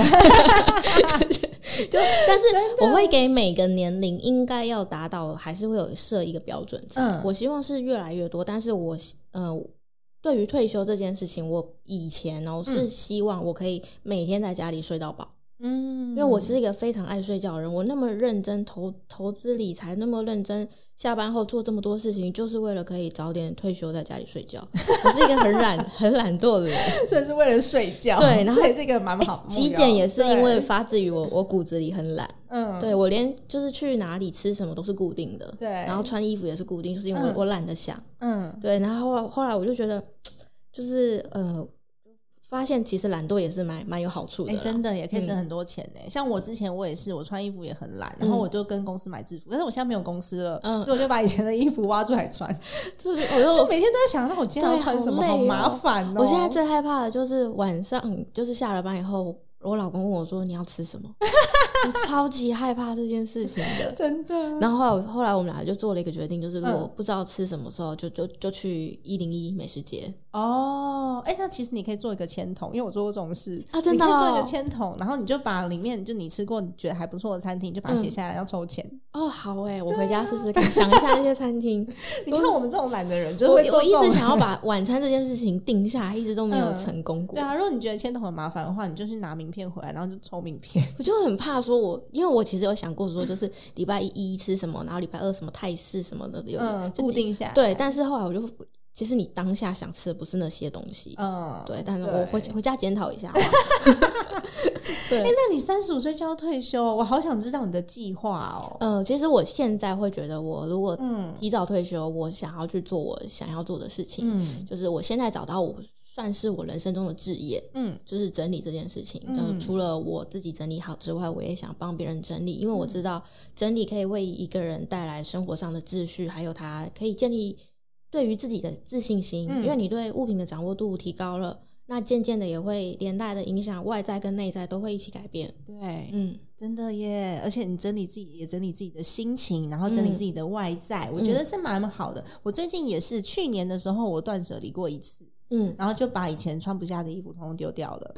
Speaker 3: 但是我会给每个年龄应该要达到，还是会有设一个标准在。
Speaker 2: 嗯
Speaker 3: 我希望是越来越多，但是我希呃对于退休这件事情，我以前哦、是希望我可以每天在家里睡到饱，
Speaker 2: 嗯，
Speaker 3: 因 为我是一个非常爱睡觉的人。我那么认真投投资理财，那么认真下班后做这么多事情，就是为了可以早点退休在家里睡觉。我是一个很懒 很懒惰的人，
Speaker 2: 所以是为了睡觉，
Speaker 3: 对 然后
Speaker 2: 这也是一个蛮好的目标。
Speaker 3: 极简也是因为
Speaker 2: 对，
Speaker 3: 发自于我 我骨子里很懒。
Speaker 2: 嗯，
Speaker 3: 对我连就是去哪里吃什么都是固定的，
Speaker 2: 对
Speaker 3: 然后穿衣服也是固定，就是因为我、
Speaker 2: 嗯
Speaker 3: 我懒得想，
Speaker 2: 嗯，
Speaker 3: 对，然后后来后来我就觉得，就是呃，发现其实懒惰也是蛮蛮有好处的
Speaker 2: 哎、
Speaker 3: 啦、
Speaker 2: 真的也可以省
Speaker 3: 嗯
Speaker 2: 很多钱呢、像我之前我也是，我穿衣服也很懒，然后
Speaker 3: 嗯
Speaker 2: 我就跟公司买制服，但是我现在没有公司了，
Speaker 3: 嗯
Speaker 2: 所以我就把以前的衣服挖出来穿，
Speaker 3: 就是我
Speaker 2: 就
Speaker 3: 就
Speaker 2: 每天都在想，那我今天要
Speaker 3: 哦对
Speaker 2: 穿什么，
Speaker 3: 好
Speaker 2: 好
Speaker 3: 累哦
Speaker 2: 麻烦哦、
Speaker 3: 我现在最害怕的就是晚上，就是下了班以后，我老公问我说你要吃什么， 我超级害怕这件事情 的。
Speaker 2: 真的，
Speaker 3: 然后后来我后来我们俩就做了一个决定，就是如果
Speaker 2: 嗯
Speaker 3: 不知道吃什么时候，就就就去一零一美食节。
Speaker 2: 哦，哎、那其实你可以做一个签筒，因为我做过这种事
Speaker 3: 啊真的哦
Speaker 2: 你可以做一个签筒，然后你就把里面就你吃过你觉得还不错的餐厅，你就把它写下来，要抽签。
Speaker 3: 哦，好哎，我回家试试看，想一下那些餐厅。
Speaker 2: 你看我们这种懒的人，就是
Speaker 3: 我
Speaker 2: 会做
Speaker 3: 我
Speaker 2: 这
Speaker 3: 一
Speaker 2: 种
Speaker 3: 直想要把晚餐这件事情定下来，一直都没有
Speaker 2: 嗯
Speaker 3: 成功过。
Speaker 2: 对啊，如果你觉得签筒很麻烦的话，你就去拿名片回来，然后就抽名片。
Speaker 3: 我就很怕说我，因为我其实有想过说，就是礼拜一吃什么，然后礼拜二什么泰式什么的，有、
Speaker 2: 嗯，
Speaker 3: 就
Speaker 2: 固定下来。
Speaker 3: 对。但是后来我就，其实你当下想吃的不是那些东西，
Speaker 2: 嗯，
Speaker 3: 对。但是
Speaker 2: 对
Speaker 3: 我回回家检讨一下好不好。
Speaker 2: 哎、
Speaker 3: 对，
Speaker 2: 那你三十五岁就要退休，我好想知道你的计划哦。
Speaker 3: 呃，其实我现在会觉得，我如果
Speaker 2: 嗯
Speaker 3: 提早退休，我想要去做我想要做的事情，
Speaker 2: 嗯
Speaker 3: 就是我现在找到我算是我人生中的置业，
Speaker 2: 嗯
Speaker 3: 就是整理这件事情。
Speaker 2: 嗯
Speaker 3: 嗯，除了我自己整理好之外，我也想帮别人整理，因为我
Speaker 2: 嗯
Speaker 3: 知道整理可以为一个人带来生活上的秩序，还有他可以建立对于自己的自信心，
Speaker 2: 嗯
Speaker 3: 因为你对物品的掌握度提高了。那渐渐的也会连带的影响外在跟内在都会一起改变，
Speaker 2: 对，
Speaker 3: 嗯，
Speaker 2: 真的耶！而且你整理自己，也整理自己的心情，然后整理自己的外在，我觉得是蛮好的。我最近也是，去年的时候我断舍离过一次，
Speaker 3: 嗯，
Speaker 2: 然后就把以前穿不下的衣服通通丢掉了，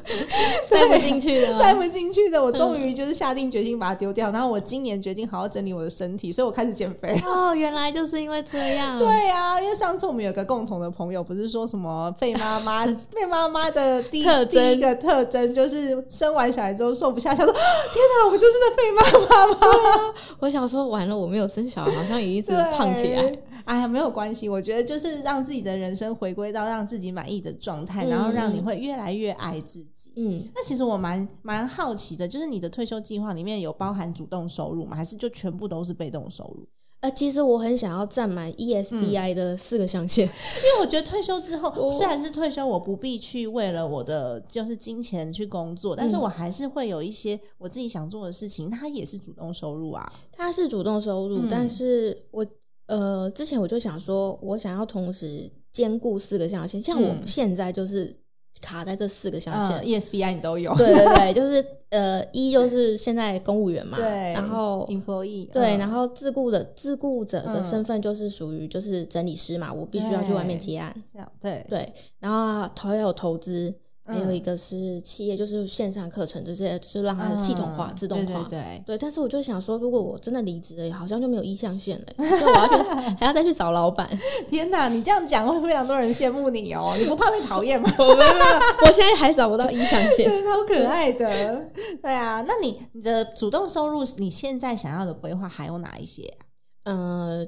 Speaker 3: 塞不进去的，
Speaker 2: 塞不进去的，我终于就是下定决心把它丢掉。然后我今年决定好好整理我的身体，所以我开始减肥。
Speaker 3: 哦，原来就是因为这 样，
Speaker 2: 对啊，因为上次我们有个共同的朋友，不是说什么费妈妈，费妈妈的第一
Speaker 3: 特征
Speaker 2: 第一个特征就是生完小孩之后瘦不下，想说啊天哪，我就是那费妈妈吗？
Speaker 3: 我想说完了，我没有生小孩，好像也一直
Speaker 2: 对
Speaker 3: 胖起来，。
Speaker 2: 哎呀，没有关系，我觉得就是让自己的人生回归到让自己满意的状态，然后让你会越来越爱自己。
Speaker 3: 嗯，
Speaker 2: 那其实我蛮蛮好奇的，就是你的退休计划里面有包含主动收入吗？还是就全部都是被动收入？
Speaker 3: 呃，其实我很想要占满
Speaker 2: 嗯
Speaker 3: E ESBI 的四个象限，
Speaker 2: 因为我觉得退休之后，
Speaker 3: 我
Speaker 2: 虽然是退休，我不必去为了我的就是金钱去工作，
Speaker 3: 嗯
Speaker 2: 但是我还是会有一些我自己想做的事情，它也是主动收入啊。
Speaker 3: 它是主动收入，
Speaker 2: 嗯
Speaker 3: 但是我呃之前我就想说，我想要同时兼顾四个象限，像我
Speaker 2: 嗯
Speaker 3: 现在就是卡在这四个象限。
Speaker 2: ，ESBI 你都有，
Speaker 3: 对对对，就是呃，一就是现在公务员嘛，
Speaker 2: 对
Speaker 3: 然后
Speaker 2: employee
Speaker 3: 对，
Speaker 2: 嗯
Speaker 3: 然后自雇的自雇者的
Speaker 2: 嗯
Speaker 3: 身份就是属于就是整理师嘛，我必须要去外面
Speaker 2: 对
Speaker 3: 接案，
Speaker 2: 对
Speaker 3: 对，然后啊还有投资，还有
Speaker 2: 嗯
Speaker 3: 一个是企业，就是线上课程这些，就是让它系统化、
Speaker 2: 嗯
Speaker 3: 自动化。
Speaker 2: 对对对
Speaker 3: 对但是我就想说，如果我真的离职了，好像就没有一象限了，所以我要去还要再去找老板。
Speaker 2: 天哪，你这样讲会非常多人羡慕你哦，你不怕被讨 厌吗？
Speaker 3: 我没有没有没有，我现在还找不到一象限。
Speaker 2: 超可爱的， 对啊。那你你的主动收入，你现在想要的规划还有哪一些啊、
Speaker 3: 呃，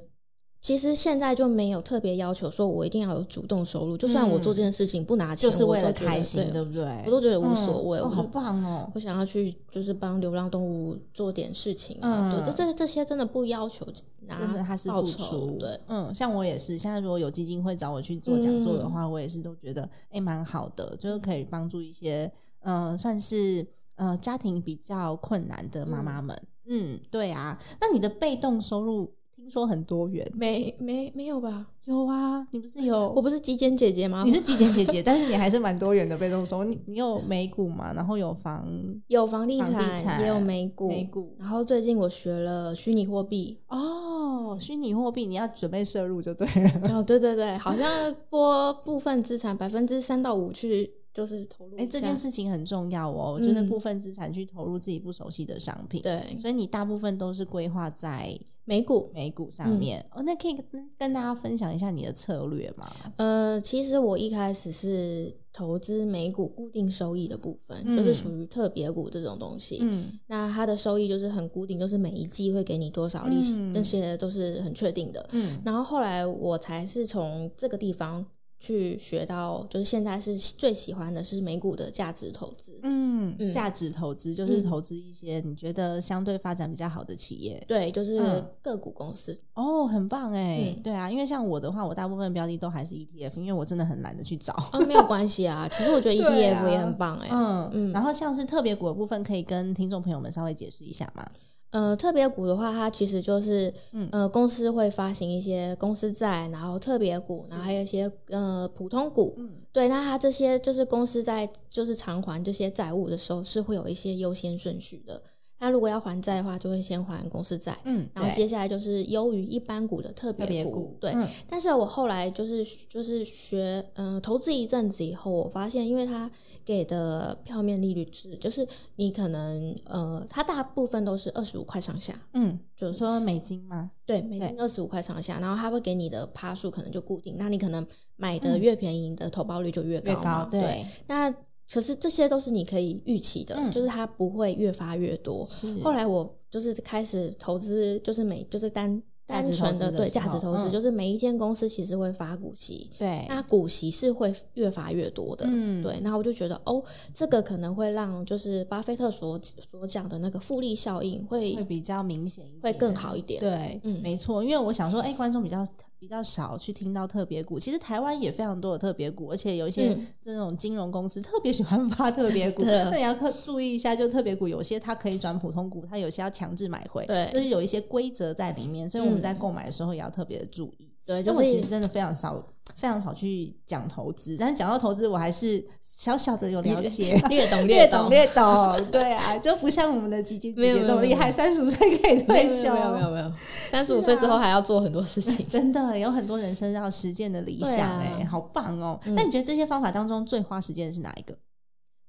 Speaker 3: 其实现在就没有特别要求说我一定要有主动收入，就算我做这件事情不拿钱，
Speaker 2: 嗯就是为
Speaker 3: 我
Speaker 2: 了
Speaker 3: 都觉得
Speaker 2: 开心，
Speaker 3: 对
Speaker 2: 对不对？
Speaker 3: 我都觉得无所谓。
Speaker 2: 嗯
Speaker 3: 我
Speaker 2: 哦，
Speaker 3: 就
Speaker 2: 好棒哦！
Speaker 3: 我想要去就是帮流浪动物做点事情啊，
Speaker 2: 嗯
Speaker 3: 对，这这这些真的不要求拿
Speaker 2: 真的，他是
Speaker 3: 报
Speaker 2: 付
Speaker 3: 酬
Speaker 2: 出，
Speaker 3: 对，，
Speaker 2: 嗯，像我也是，现在如果有基金会找我去做讲
Speaker 3: 嗯
Speaker 2: 座的话，我也是都觉得，哎、蛮好的，就是可以帮助一些，嗯、算是呃家庭比较困难的妈妈们，嗯对啊。那你的被动收入听说很多元，
Speaker 3: 没没没有吧？
Speaker 2: 有啊，你不是
Speaker 3: 我
Speaker 2: 有，
Speaker 3: 不是极简姐姐吗？
Speaker 2: 你是极简姐姐，但是你还是蛮多元的被动收入，你你有美股嘛，然后有房
Speaker 3: 有房地
Speaker 2: 房地产
Speaker 3: 也有美股，
Speaker 2: 美股，
Speaker 3: 然后最近我学了虚拟货币
Speaker 2: 哦，虚拟货币你要准备摄
Speaker 3: 哦
Speaker 2: 入就对了。
Speaker 3: 哦，对对对，好像拨部分资产百分之三到五去就是投入一
Speaker 2: 哎、
Speaker 3: 下。
Speaker 2: 这件事情很重要哦，我觉得
Speaker 3: 嗯
Speaker 2: 部分资产去投入自己不熟悉的商品。
Speaker 3: 对
Speaker 2: 所以你大部分都是规划在
Speaker 3: 美股，
Speaker 2: 美股上
Speaker 3: 嗯
Speaker 2: 面、哦。那可以跟跟大家分享一下你的策略吗？
Speaker 3: 呃，其实我一开始是投资美股固定收益的部分，
Speaker 2: 嗯
Speaker 3: 就是属于特别股这种东西。
Speaker 2: 嗯，
Speaker 3: 那它的收益就是很固定，就是每一季会给你多少利息，
Speaker 2: 嗯
Speaker 3: 那些都是很确定的。
Speaker 2: 嗯，
Speaker 3: 然后后来我才是从这个地方去学到，就是现在是最喜欢的是美股的价值投资。
Speaker 2: 嗯，
Speaker 3: 嗯
Speaker 2: 价值投资就是
Speaker 3: 嗯
Speaker 2: 投资一些你觉得相对发展比较好的企业。
Speaker 3: 对，就是
Speaker 2: 嗯
Speaker 3: 个股公司。
Speaker 2: 哦，很棒哎、
Speaker 3: 嗯
Speaker 2: 对啊，因为像我的话，我大部分标的都还是 ETF，因为我真的很懒得去 找。
Speaker 3: 哦，没有关系 啊。其实我觉得
Speaker 2: 对啊
Speaker 3: ETF 也很棒哎、
Speaker 2: 嗯嗯，
Speaker 3: 嗯
Speaker 2: 然后像是特别股的部分，可以跟听众朋友们稍微解释一下吗？
Speaker 3: 呃，特别股的话，它其实就是，
Speaker 2: 嗯
Speaker 3: 呃，公司会发行一些公司债，然后特别股，然后还有一些呃普通股。
Speaker 2: 嗯
Speaker 3: 对，那它这些就是公司在就是偿还这些债务的时候，是会有一些优先顺序的。那如果要还债的话，就会先还公司债，
Speaker 2: 嗯，
Speaker 3: 然后
Speaker 2: 对
Speaker 3: 接下来就是优于一般股的特别
Speaker 2: 特别
Speaker 3: 股。
Speaker 2: 股，
Speaker 3: 对，
Speaker 2: 嗯
Speaker 3: 但是我后来就是就是学嗯、呃投资一阵子以后，我发现因为它给的票面利率是，就是你可能呃，它大部分都是二十五块上下，
Speaker 2: 嗯，
Speaker 3: 就
Speaker 2: 你
Speaker 3: 是
Speaker 2: 说美金吗？
Speaker 3: 对每
Speaker 2: 对
Speaker 3: 天二十五块上下，然后它会给你的趴数可能就固定，那你可能买的越便宜，你的投报率就越高嘛，
Speaker 2: 嗯对，
Speaker 3: 那可是这些都是你可以预期的，
Speaker 2: 嗯
Speaker 3: 就是它不会越发越多，
Speaker 2: 是
Speaker 3: 后来我就是开始投资，就是每就是单
Speaker 2: 价
Speaker 3: 单
Speaker 2: 值投
Speaker 3: 纯
Speaker 2: 资
Speaker 3: 的
Speaker 2: 的
Speaker 3: 对
Speaker 2: 时
Speaker 3: 价值
Speaker 2: 候
Speaker 3: 投资，
Speaker 2: 嗯
Speaker 3: 就是每一间公司其实会发股息，
Speaker 2: 对，
Speaker 3: 那股息是会越发越多的。
Speaker 2: 嗯
Speaker 3: 对，那我就觉得哦，这个可能会让就是巴菲特所所讲的那个复利效应会
Speaker 2: 会比较明显一点，
Speaker 3: 会更好一点。
Speaker 2: 对，
Speaker 3: 嗯
Speaker 2: 没错，因为我想说，哎、观众比较比较少去听到特别股，其实台湾也非常多的特别股，而且有一些
Speaker 3: 嗯
Speaker 2: 这种金融公司特别喜欢发特别股，
Speaker 3: 真的
Speaker 2: 那你要特注意一下，就特别股有些它可以转普通股，它有些要强制买回，
Speaker 3: 对
Speaker 2: 就是有一些规则在里面，所以我们
Speaker 3: 嗯
Speaker 2: 在购买的时候也要特别的注意。
Speaker 3: 对，
Speaker 2: 但
Speaker 3: 就
Speaker 2: 我其实
Speaker 3: 是
Speaker 2: 真的非常少。非常少去讲投资，但是讲到投资，我还是小小的有了解，
Speaker 3: 略 懂
Speaker 2: 略懂
Speaker 3: 懂。
Speaker 2: 略懂，对啊，就不像我们的姐姐
Speaker 3: 没
Speaker 2: 姐
Speaker 3: 有
Speaker 2: 姐这么厉害，三十五岁可以
Speaker 3: 没
Speaker 2: 退
Speaker 3: 有没
Speaker 2: 休，
Speaker 3: 有没有没有没有，三
Speaker 2: 啊
Speaker 3: 十五岁之后还要做很多事 情。
Speaker 2: 真的有很多人生要实践的理想、
Speaker 3: 对啊
Speaker 2: 哎、好棒哦！
Speaker 3: 嗯
Speaker 2: 那你觉得这些方法当中最花时间的是哪一个？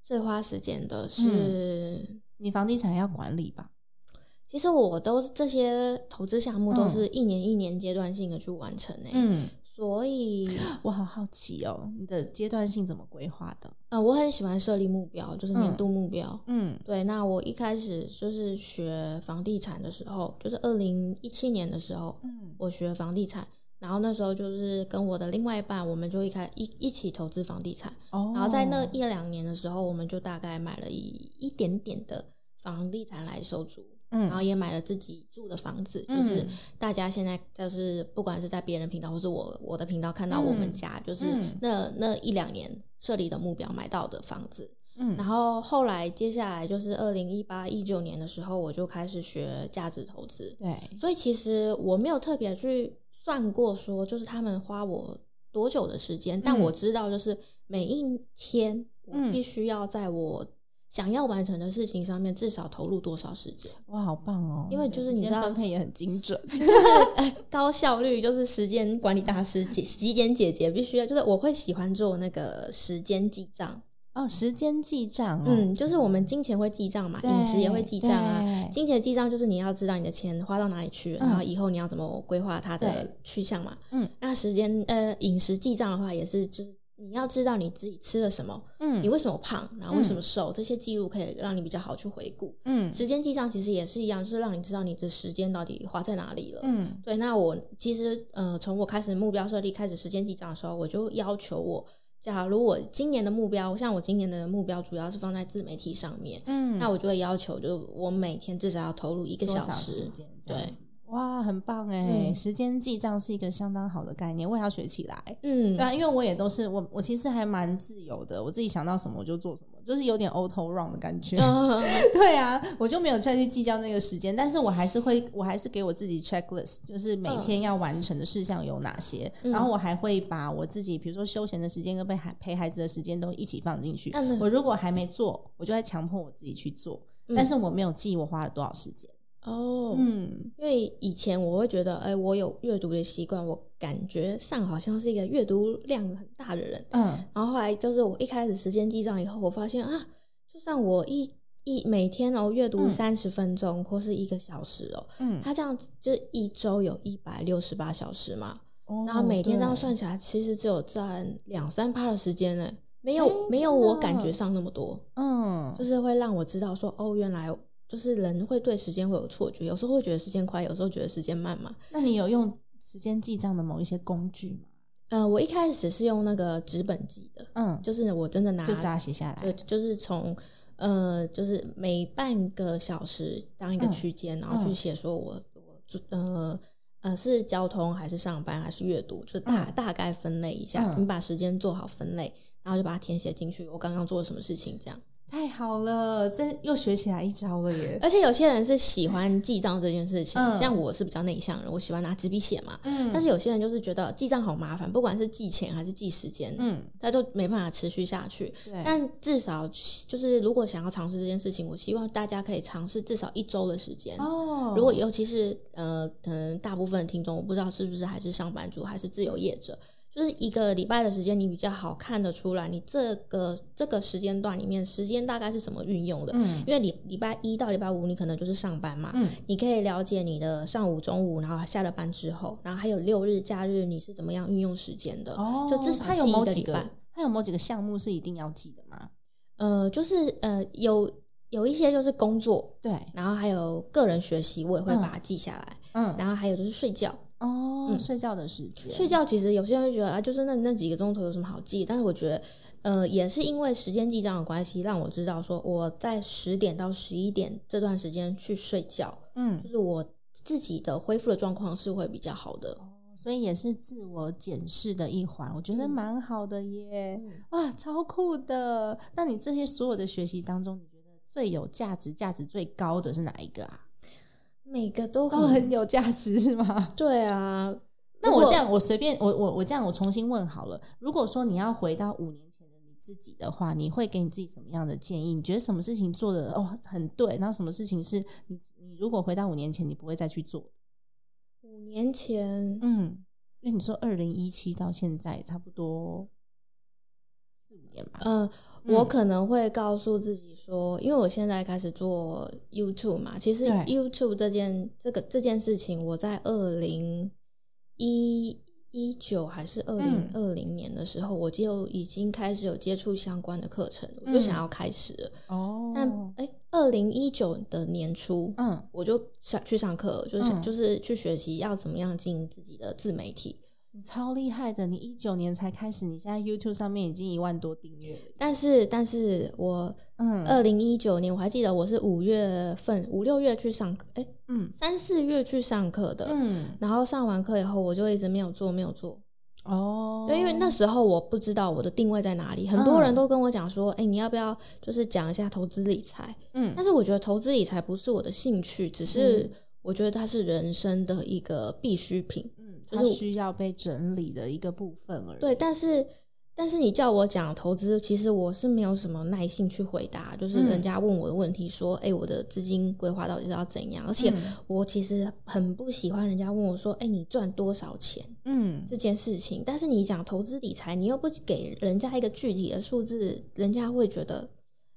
Speaker 3: 最花时间的是，
Speaker 2: 你房地产要管理吧？
Speaker 3: 其实我都是这些投资项目都
Speaker 2: 嗯
Speaker 3: 是一年一年阶段性的去完成诶、
Speaker 2: 嗯，
Speaker 3: 所以，
Speaker 2: 我好好奇哦，你的阶段性怎么规划的？
Speaker 3: 呃，我很喜欢设立目标，就是年度目标。
Speaker 2: 嗯
Speaker 3: 对，那我一开始就是学房地产的时候，就是二零一七年的时候，
Speaker 2: 嗯
Speaker 3: 我学房地产，然后那时候就是跟我的另外一半，我们就一开一一起投资房地产，
Speaker 2: 哦
Speaker 3: 然后在那一两年的时候，我们就大概买了一一点点的房地产来收租。然后
Speaker 2: 嗯
Speaker 3: 也买了自己住的房子，就是
Speaker 2: 嗯
Speaker 3: 大家现在就是不管是在别人频道或是我我的频道看到我们
Speaker 2: 嗯
Speaker 3: 家，就是
Speaker 2: 嗯
Speaker 3: 那那一两年设立的目标买到的房子。然
Speaker 2: 嗯
Speaker 3: 后后来接下来就是二零一八一九年的时候，我就开始学价值投资，
Speaker 2: 对，
Speaker 3: 所以其实我没有特别去算过说就是他们花我多久的时间，但
Speaker 2: 嗯
Speaker 3: 我知道就是每一天我
Speaker 2: 嗯
Speaker 3: 必须要在我想要完成的事情上面至少投入多少时间。
Speaker 2: 哇，好棒哦！
Speaker 3: 因为就是你知
Speaker 2: 时间
Speaker 3: 道
Speaker 2: 分配也很精 准，
Speaker 3: 高效率就是时间管理大师姐极简姐姐必须要，就是我会喜欢做那个时间记账，
Speaker 2: 哦，时间记账哦，
Speaker 3: 嗯，就是我们金钱会记账嘛，
Speaker 2: 对，
Speaker 3: 饮食也会记账啊。
Speaker 2: 对
Speaker 3: 金钱记账就是你要知道你的钱花到哪里去，
Speaker 2: 嗯
Speaker 3: 然后以后你要怎么规划它的
Speaker 2: 对
Speaker 3: 去向嘛。
Speaker 2: 嗯，
Speaker 3: 那时间呃饮食记账的话，也是就是你要知道你自己吃了什么，你
Speaker 2: 嗯
Speaker 3: 为什么胖，然后为什么瘦，这些记录可以让你比较好去回顾。
Speaker 2: 嗯
Speaker 3: 时间记账其实也是一样，就是让你知道你的时间到底花在哪里了。
Speaker 2: 嗯
Speaker 3: 对，那我其实呃，从我开始目标设立、开始实践记账的时候，我就要求我，假如我今年的目标，像我今年的目标主要是放在自媒体上面，
Speaker 2: 嗯
Speaker 3: 那我就会要求，就是我每天至少要投入一个
Speaker 2: 多
Speaker 3: 小
Speaker 2: 少
Speaker 3: 时。
Speaker 2: 时间这样子。哇，很棒哎、
Speaker 3: 嗯
Speaker 2: 时间记账是一个相当好的概念，我也要学起来。
Speaker 3: 嗯，
Speaker 2: 对啊， 因为我也都是我，我其实还蛮自由的，我自己想到什么我就做什么，就是有点 auto run 的感觉。
Speaker 3: 嗯，
Speaker 2: 对啊，我就没有再去计较那个时间，但是我还是会，我还是给我自己 checklist，就是每天要完成的事项有哪些，
Speaker 3: 嗯
Speaker 2: 然后我还会把我自己，比如说休闲的时间跟陪孩陪孩子的时间都一起放进去。
Speaker 3: 嗯
Speaker 2: 我如果还没做，我就会强迫我自己去做，
Speaker 3: 嗯
Speaker 2: 但是我没有记我花了多少时间。
Speaker 3: 哦，
Speaker 2: 嗯，
Speaker 3: 因为以前我会觉得，哎、我有阅读的习惯，我感觉上好像是一个阅读量很大的人。
Speaker 2: 嗯，
Speaker 3: 然后后来就是我一开始时间记账以后，我发现啊，就算我一一每天哦阅读
Speaker 2: 嗯
Speaker 3: 三十分钟或是一个小时哦，
Speaker 2: 嗯
Speaker 3: 它这样子就一周有一百六十八小时嘛，然后
Speaker 2: 哦
Speaker 3: 每天这样
Speaker 2: 对
Speaker 3: 算起来，其实只有占两三趴的时间呢，没有、
Speaker 2: 哎
Speaker 3: 没有
Speaker 2: 真的
Speaker 3: 我感觉上那么多，
Speaker 2: 嗯
Speaker 3: 就是会让我知道说哦，原来就是人会对时间会有错觉，有时候会觉得时间快，有时候觉得时间慢嘛。
Speaker 2: 那你有用时间记账的某一些工具吗？
Speaker 3: 呃，我一开始是用那个纸本记的，
Speaker 2: 嗯，
Speaker 3: 就是我真的拿
Speaker 2: 就这样写下来。
Speaker 3: 对，就是从呃，就是每半个小时当一个
Speaker 2: 嗯
Speaker 3: 区间，然后去
Speaker 2: 嗯
Speaker 3: 写说我我住呃呃是交通还是上班还是阅读，就大、大概分类一下，
Speaker 2: 嗯
Speaker 3: 你把时间做好分类，然后就把它填写进去，我刚刚做了什么事情这样。
Speaker 2: 太好了，这又学起来一招了耶。
Speaker 3: 而且有些人是喜欢记账这件事情，
Speaker 2: 嗯
Speaker 3: 像我是比较内向的人，我喜欢拿纸笔写嘛。
Speaker 2: 嗯
Speaker 3: 但是有些人就是觉得记账好麻烦，不管是记钱还是记时间，
Speaker 2: 嗯，
Speaker 3: 他都没办法持续下去。
Speaker 2: 对，
Speaker 3: 但至少就是，如果想要尝试这件事情，我希望大家可以尝试至少一周的时间。
Speaker 2: 哦，
Speaker 3: 如果尤其是呃，可能大部分听众，我不知道是不是还是上班族，还是自由业者，就是一个礼拜的时间，你比较好看得出来，你这个这个时间段里面，时间大概是怎么运用的。
Speaker 2: 嗯
Speaker 3: 因为礼礼拜一到礼拜五，你可能就是上班嘛，
Speaker 2: 嗯
Speaker 3: 你可以了解你的上午、中午，然后下了班之后，然后还有六日、假日，你是怎么样运用时间的？
Speaker 2: 哦，
Speaker 3: 就至少
Speaker 2: 它有
Speaker 3: 记一
Speaker 2: 某
Speaker 3: 个
Speaker 2: 几
Speaker 3: 礼拜
Speaker 2: 个，它有某几个项目是一定要记的吗？
Speaker 3: 呃，就是呃，有有一些就是工作，
Speaker 2: 对，
Speaker 3: 然后还有个人学习，我也会
Speaker 2: 嗯
Speaker 3: 把它记下来。
Speaker 2: 嗯，
Speaker 3: 然后还有就是睡觉，
Speaker 2: 哦，
Speaker 3: 嗯
Speaker 2: 睡觉的时间，
Speaker 3: 睡觉其实有些人会觉得啊，就是那那几个钟头有什么好记？但是我觉得，呃，也是因为时间记账的关系，让我知道说我在十点到十一点这段时间去睡觉，
Speaker 2: 嗯
Speaker 3: 就，是我自己的恢复的状况是会比较好的。
Speaker 2: 所以也是自我检视的一环，我觉得蛮好的耶，哇，超酷的！那你这些所有的学习当中，你觉得最有价值、价值最高的是哪一个啊？
Speaker 3: 每个都
Speaker 2: 都
Speaker 3: 很
Speaker 2: 很有价值是吗？
Speaker 3: 对啊，
Speaker 2: 那
Speaker 3: 如
Speaker 2: 我
Speaker 3: 果
Speaker 2: 这样，我随便，我我我这样，我重新问好了。如果说你要回到五年前的你自己的话，你会给你自己什么样的建议？你觉得什么事情做的哦很对，然后什么事情是你你如果回到五年前，你不会再去做的？
Speaker 3: 五年前
Speaker 2: 嗯，因为你说二零一七到现在差不多四五年吧。
Speaker 3: 呃，
Speaker 2: 嗯
Speaker 3: 我可能会告诉自己说，因为我现在开始做 YouTube 嘛，其实
Speaker 2: 对
Speaker 3: YouTube 这件这个这件事情，我在二零一一九还是二
Speaker 2: 嗯
Speaker 3: 零二零年的时候，我就已经开始有接触相关的课程，我就想要开始了。
Speaker 2: 嗯哦
Speaker 3: 但哎，二零一九的年初，
Speaker 2: 嗯，
Speaker 3: 我就想去上课，就是想、
Speaker 2: 嗯
Speaker 3: 就是去学习要怎么样经营自己的自媒体。
Speaker 2: 你超厉害的，你一九年才开始，你现在 YouTube 上面已经一万多订阅了。
Speaker 3: 但是，但是我
Speaker 2: 嗯
Speaker 3: 二零一九年，我还记得我是五月份、五六月去上课，哎、
Speaker 2: 嗯
Speaker 3: 三四月去上课的。
Speaker 2: 嗯，
Speaker 3: 然后上完课以后，我就一直没有做，没有做，
Speaker 2: 哦嗯
Speaker 3: 因为因为那时候我不知道我的定位在哪里。很多人都跟我讲说，哎、你要不要就是讲一下投资理财？
Speaker 2: 嗯
Speaker 3: 但是我觉得投资理财不是我的兴趣，只是我觉得它是人生的一个必需品。
Speaker 2: 嗯，
Speaker 3: 就
Speaker 2: 它
Speaker 3: 是我
Speaker 2: 需要被整理的一个部分而已。
Speaker 3: 对，但是但是你叫我讲投资，其实我是没有什么耐性去回答。就是人
Speaker 2: 嗯
Speaker 3: 家问我的问题，说：“哎、我的资金规划到底是要怎样？”而且
Speaker 2: 嗯
Speaker 3: 我其实很不喜欢人家问我说：“哎、你赚多少钱
Speaker 2: 嗯，？”
Speaker 3: 这件事情。但是你讲投资理财，你又不给人家一个具体的数字，人家会觉得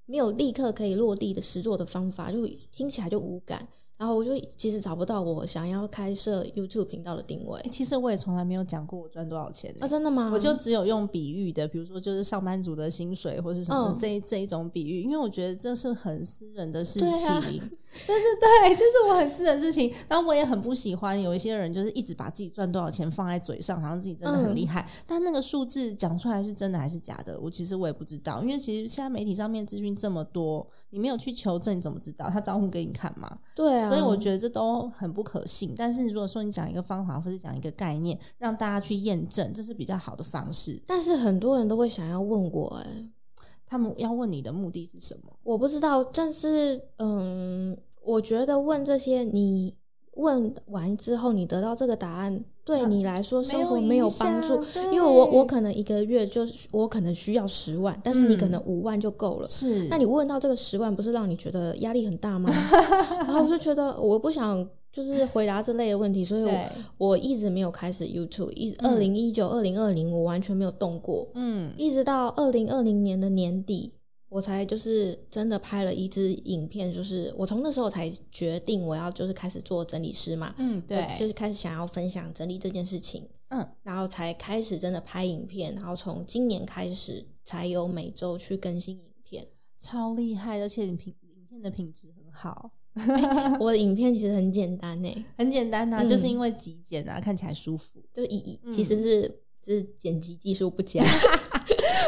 Speaker 3: 没有立刻可以落地的实做的方法，就听起来就无感。然后我就其实找不到我想要开设 YouTube 频道的定位
Speaker 2: 欸其实我也从来没有讲过我赚多少钱、欸
Speaker 3: 啊，真的吗？
Speaker 2: 我就只有用比喻的，比如说就是上班族的薪水或是什么的
Speaker 3: 嗯
Speaker 2: 这一、这一种比喻，因为我觉得这是很私人的事情，
Speaker 3: 对啊
Speaker 2: 这是对，这是我很私人的事情。然后我也很不喜欢有一些人就是一直把自己赚多少钱放在嘴上，好像自己真的很厉害，但那个数字讲出来是真的还是假的，我其实我也不知道，因为其实现在媒体上面资讯这么多，你没有去求证，你怎么知道？他账户给你看吗？
Speaker 3: 对啊，
Speaker 2: 所以我觉得这都很不可信。但是如果说你讲一个方法或者讲一个概念，让大家去验证，这是比较好的方式。
Speaker 3: 但是很多人都会想要问我、欸，
Speaker 2: 他们要问你的目的是什么？
Speaker 3: 我不知道，但是嗯，我觉得问这些，你问完之后，你得到这个答案，对你来说生活
Speaker 2: 没
Speaker 3: 没
Speaker 2: 有
Speaker 3: 有
Speaker 2: 影
Speaker 3: 帮助
Speaker 2: 响，对
Speaker 3: 因为我我可能一个月就是我可能需要十万，但是你可能五万就够了。
Speaker 2: 嗯是
Speaker 3: 那你问到这个十万，不是让你觉得压力很大吗？然后我就觉得我不想就是回答这类的问题，所以我
Speaker 2: 对，
Speaker 3: 我一直没有开始 YouTube，一二零一九、二零二零我完全没有动过，
Speaker 2: 嗯，
Speaker 3: 一直到二零二零年的年底，我才就是真的拍了一支影片，就是我从那时候才决定我要就是开始做整理师嘛，
Speaker 2: 嗯，对
Speaker 3: 我，就是开始想要分享整理这件事情，
Speaker 2: 嗯，
Speaker 3: 然后才开始真的拍影片，然后从今年开始才有每周去更新影片。
Speaker 2: 超厉害，而且你品影片的品质很好，嗯
Speaker 3: 我的影片其实很简单呢、
Speaker 2: 很简单呐、
Speaker 3: 嗯
Speaker 2: 就是因为极简啊，看起来舒服。
Speaker 3: 就以
Speaker 2: 嗯
Speaker 3: 其实是。就是剪辑技术 不佳，
Speaker 2: 不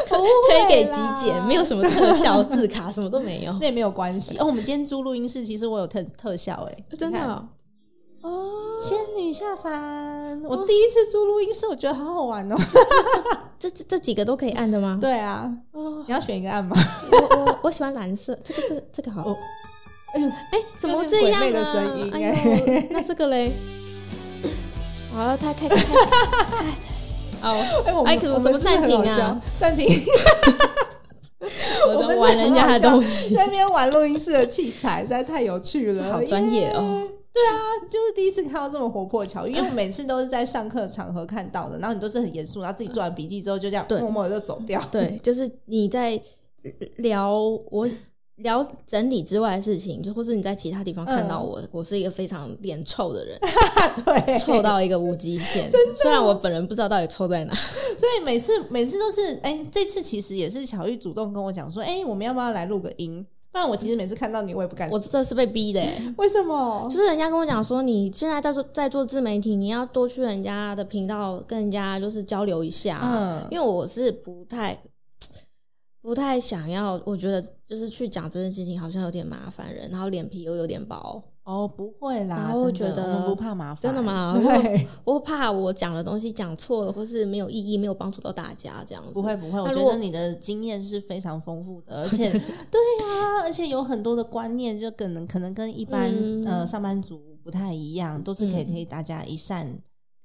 Speaker 3: 推
Speaker 2: 会
Speaker 3: 给极
Speaker 2: 啦
Speaker 3: 简，没有什么特效、字卡，什么都没 有
Speaker 2: 那。也没有关系。哦，我们今天租录音室，其实我有特特效哎、
Speaker 3: 真的
Speaker 2: 你看
Speaker 3: 哦、
Speaker 2: 哦，仙女下凡，嗯我第一次租录音室，我觉得好好玩 哦。
Speaker 3: 这这这几个都可以按的吗？
Speaker 2: 对啊，
Speaker 3: 哦，
Speaker 2: 你要选一个按吗？
Speaker 3: 我我我喜欢蓝色，这个这个这个好。
Speaker 2: 哎呦，
Speaker 3: 哦哎、怎么会这样
Speaker 2: 有点鬼魅的
Speaker 3: 啊？
Speaker 2: 声音
Speaker 3: 哎呦，那这个 嘞？好，他开开开。哦，
Speaker 2: 哎，我们
Speaker 3: 哎可是
Speaker 2: 我们
Speaker 3: 怎么
Speaker 2: 是不是很好
Speaker 3: 暂停啊
Speaker 2: 笑？暂停，
Speaker 3: 我
Speaker 2: 们
Speaker 3: 都玩人家的东
Speaker 2: 西，
Speaker 3: 西，
Speaker 2: 在那边玩录音室的器材，实在太有趣了，
Speaker 3: 好专业哦。
Speaker 2: 啊就是第一次看到这么活泼的巧遇，因为我每次都是在上课场合看到的，然后你都是很严肃，然后自己做完笔记之后就这样
Speaker 3: 对
Speaker 2: 默默的就走掉。
Speaker 3: 对，就是你在聊我聊整理之外的事情，就或是你在其他地方看到我，我是一个非常脸臭的 人，
Speaker 2: 对，
Speaker 3: 臭到一个无极 限。虽然我本人不知道到底臭在哪，
Speaker 2: 所以每次每次都是，哎、这次其实也是巧遇主动跟我讲说，哎、我们要不要来录个音？不然我其实每次看到你，我也不敢。
Speaker 3: 我这是被逼的、欸。
Speaker 2: 为什么
Speaker 3: 就？是人家跟我讲说，你现在在做在做自媒体，你要多去人家的频道跟人家就是交流一下，
Speaker 2: 嗯
Speaker 3: 因为我是不太不太想要，我觉得就是去讲这件事情好像有点麻烦人，然后脸皮又有点薄，
Speaker 2: 哦，不会啦，
Speaker 3: 然后
Speaker 2: 真的
Speaker 3: 觉得
Speaker 2: 我们不怕麻烦，
Speaker 3: 真的吗
Speaker 2: 对，
Speaker 3: 我怕我讲的东西讲错了，或是没有意义，没有帮助到大家这样子。
Speaker 2: 不会不会，我
Speaker 3: 那
Speaker 2: 觉
Speaker 3: 如果
Speaker 2: 得你的经验是非常丰富的，而 且对啊，而且有很多的观念就可能可能跟一般、
Speaker 3: 嗯
Speaker 2: 呃上班族不太一样，都是可以
Speaker 3: 嗯
Speaker 2: 给大家一扇、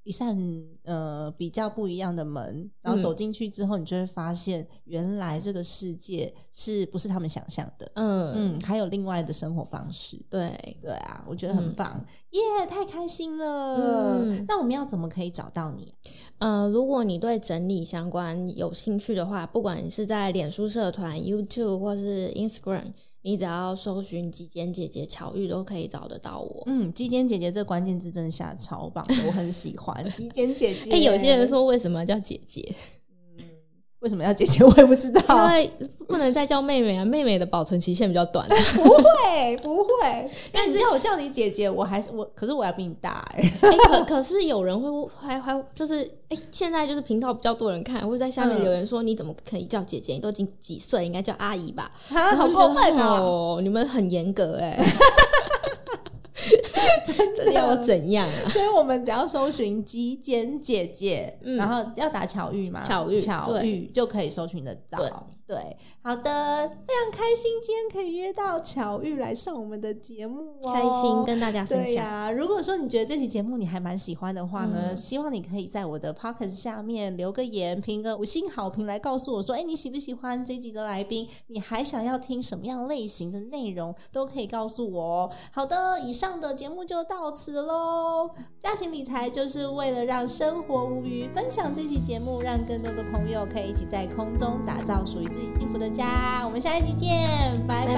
Speaker 2: 一扇呃比较不一样的门，然
Speaker 3: 嗯
Speaker 2: 后走进去之后，你就会发现原来这个世界是不是他们想象的？
Speaker 3: 嗯，
Speaker 2: 嗯，还有另外的生活方式。
Speaker 3: 对，
Speaker 2: 对啊，我觉得很
Speaker 3: 嗯
Speaker 2: 棒，耶、太开心了。
Speaker 3: 嗯
Speaker 2: 那我们要怎么可以找到你？啊
Speaker 3: 呃，如果你对整理相关有兴趣的话，不管你是在脸书社团、YouTube 或是 Instagram，你只要搜寻“极简姐姐巧遇”都可以找得到我。
Speaker 2: 嗯，基间姐姐这关键字真的下得超棒的，我很喜欢基间姐姐。
Speaker 3: 哎、有些人说为什么叫姐姐？
Speaker 2: 为什么要姐姐，我也不知
Speaker 3: 因
Speaker 2: 道。
Speaker 3: 为不能再叫妹妹啊，妹妹的保存期限比较短。啊
Speaker 2: 对，不会。但你叫我叫你姐姐，我还是我，可是我要比你大哎、
Speaker 3: 哎、可可是有人会还还就是哎、现在就是频道比较多人看，会在下面
Speaker 2: 嗯
Speaker 3: 留言说你怎么可以叫姐姐？你都已经几岁，应该叫阿姨吧？
Speaker 2: 啊，好
Speaker 3: 我就觉
Speaker 2: 过
Speaker 3: 得
Speaker 2: 分哦！
Speaker 3: 哦！你们很严格 哎、 真的要我怎样 啊？
Speaker 2: 所以我们只要搜寻“基间姐姐”，
Speaker 3: 嗯
Speaker 2: 然后要打巧遇嘛，
Speaker 3: 巧遇
Speaker 2: 巧遇就可以搜寻得到。
Speaker 3: 对
Speaker 2: 对，好的，非常开心今天可以约到巧遇来上我们的节目哦，
Speaker 3: 开心跟大家分
Speaker 2: 对呀、
Speaker 3: 享，
Speaker 2: 如果说你觉得这期节目你还蛮喜欢的话呢，
Speaker 3: 嗯
Speaker 2: 希望你可以在我的 p o c k e t 下面留个言，评个五星好评来告诉我说，哎，你喜不喜欢这一集的来宾？你还想要听什么样类型的内容，都可以告诉我哦。好的，以上的节目就到此喽。家庭理财就是为了让生活无虞，分享这期节目，让更多的朋友可以一起在空中打造属于自己幸福的家。我们下一集见，拜拜。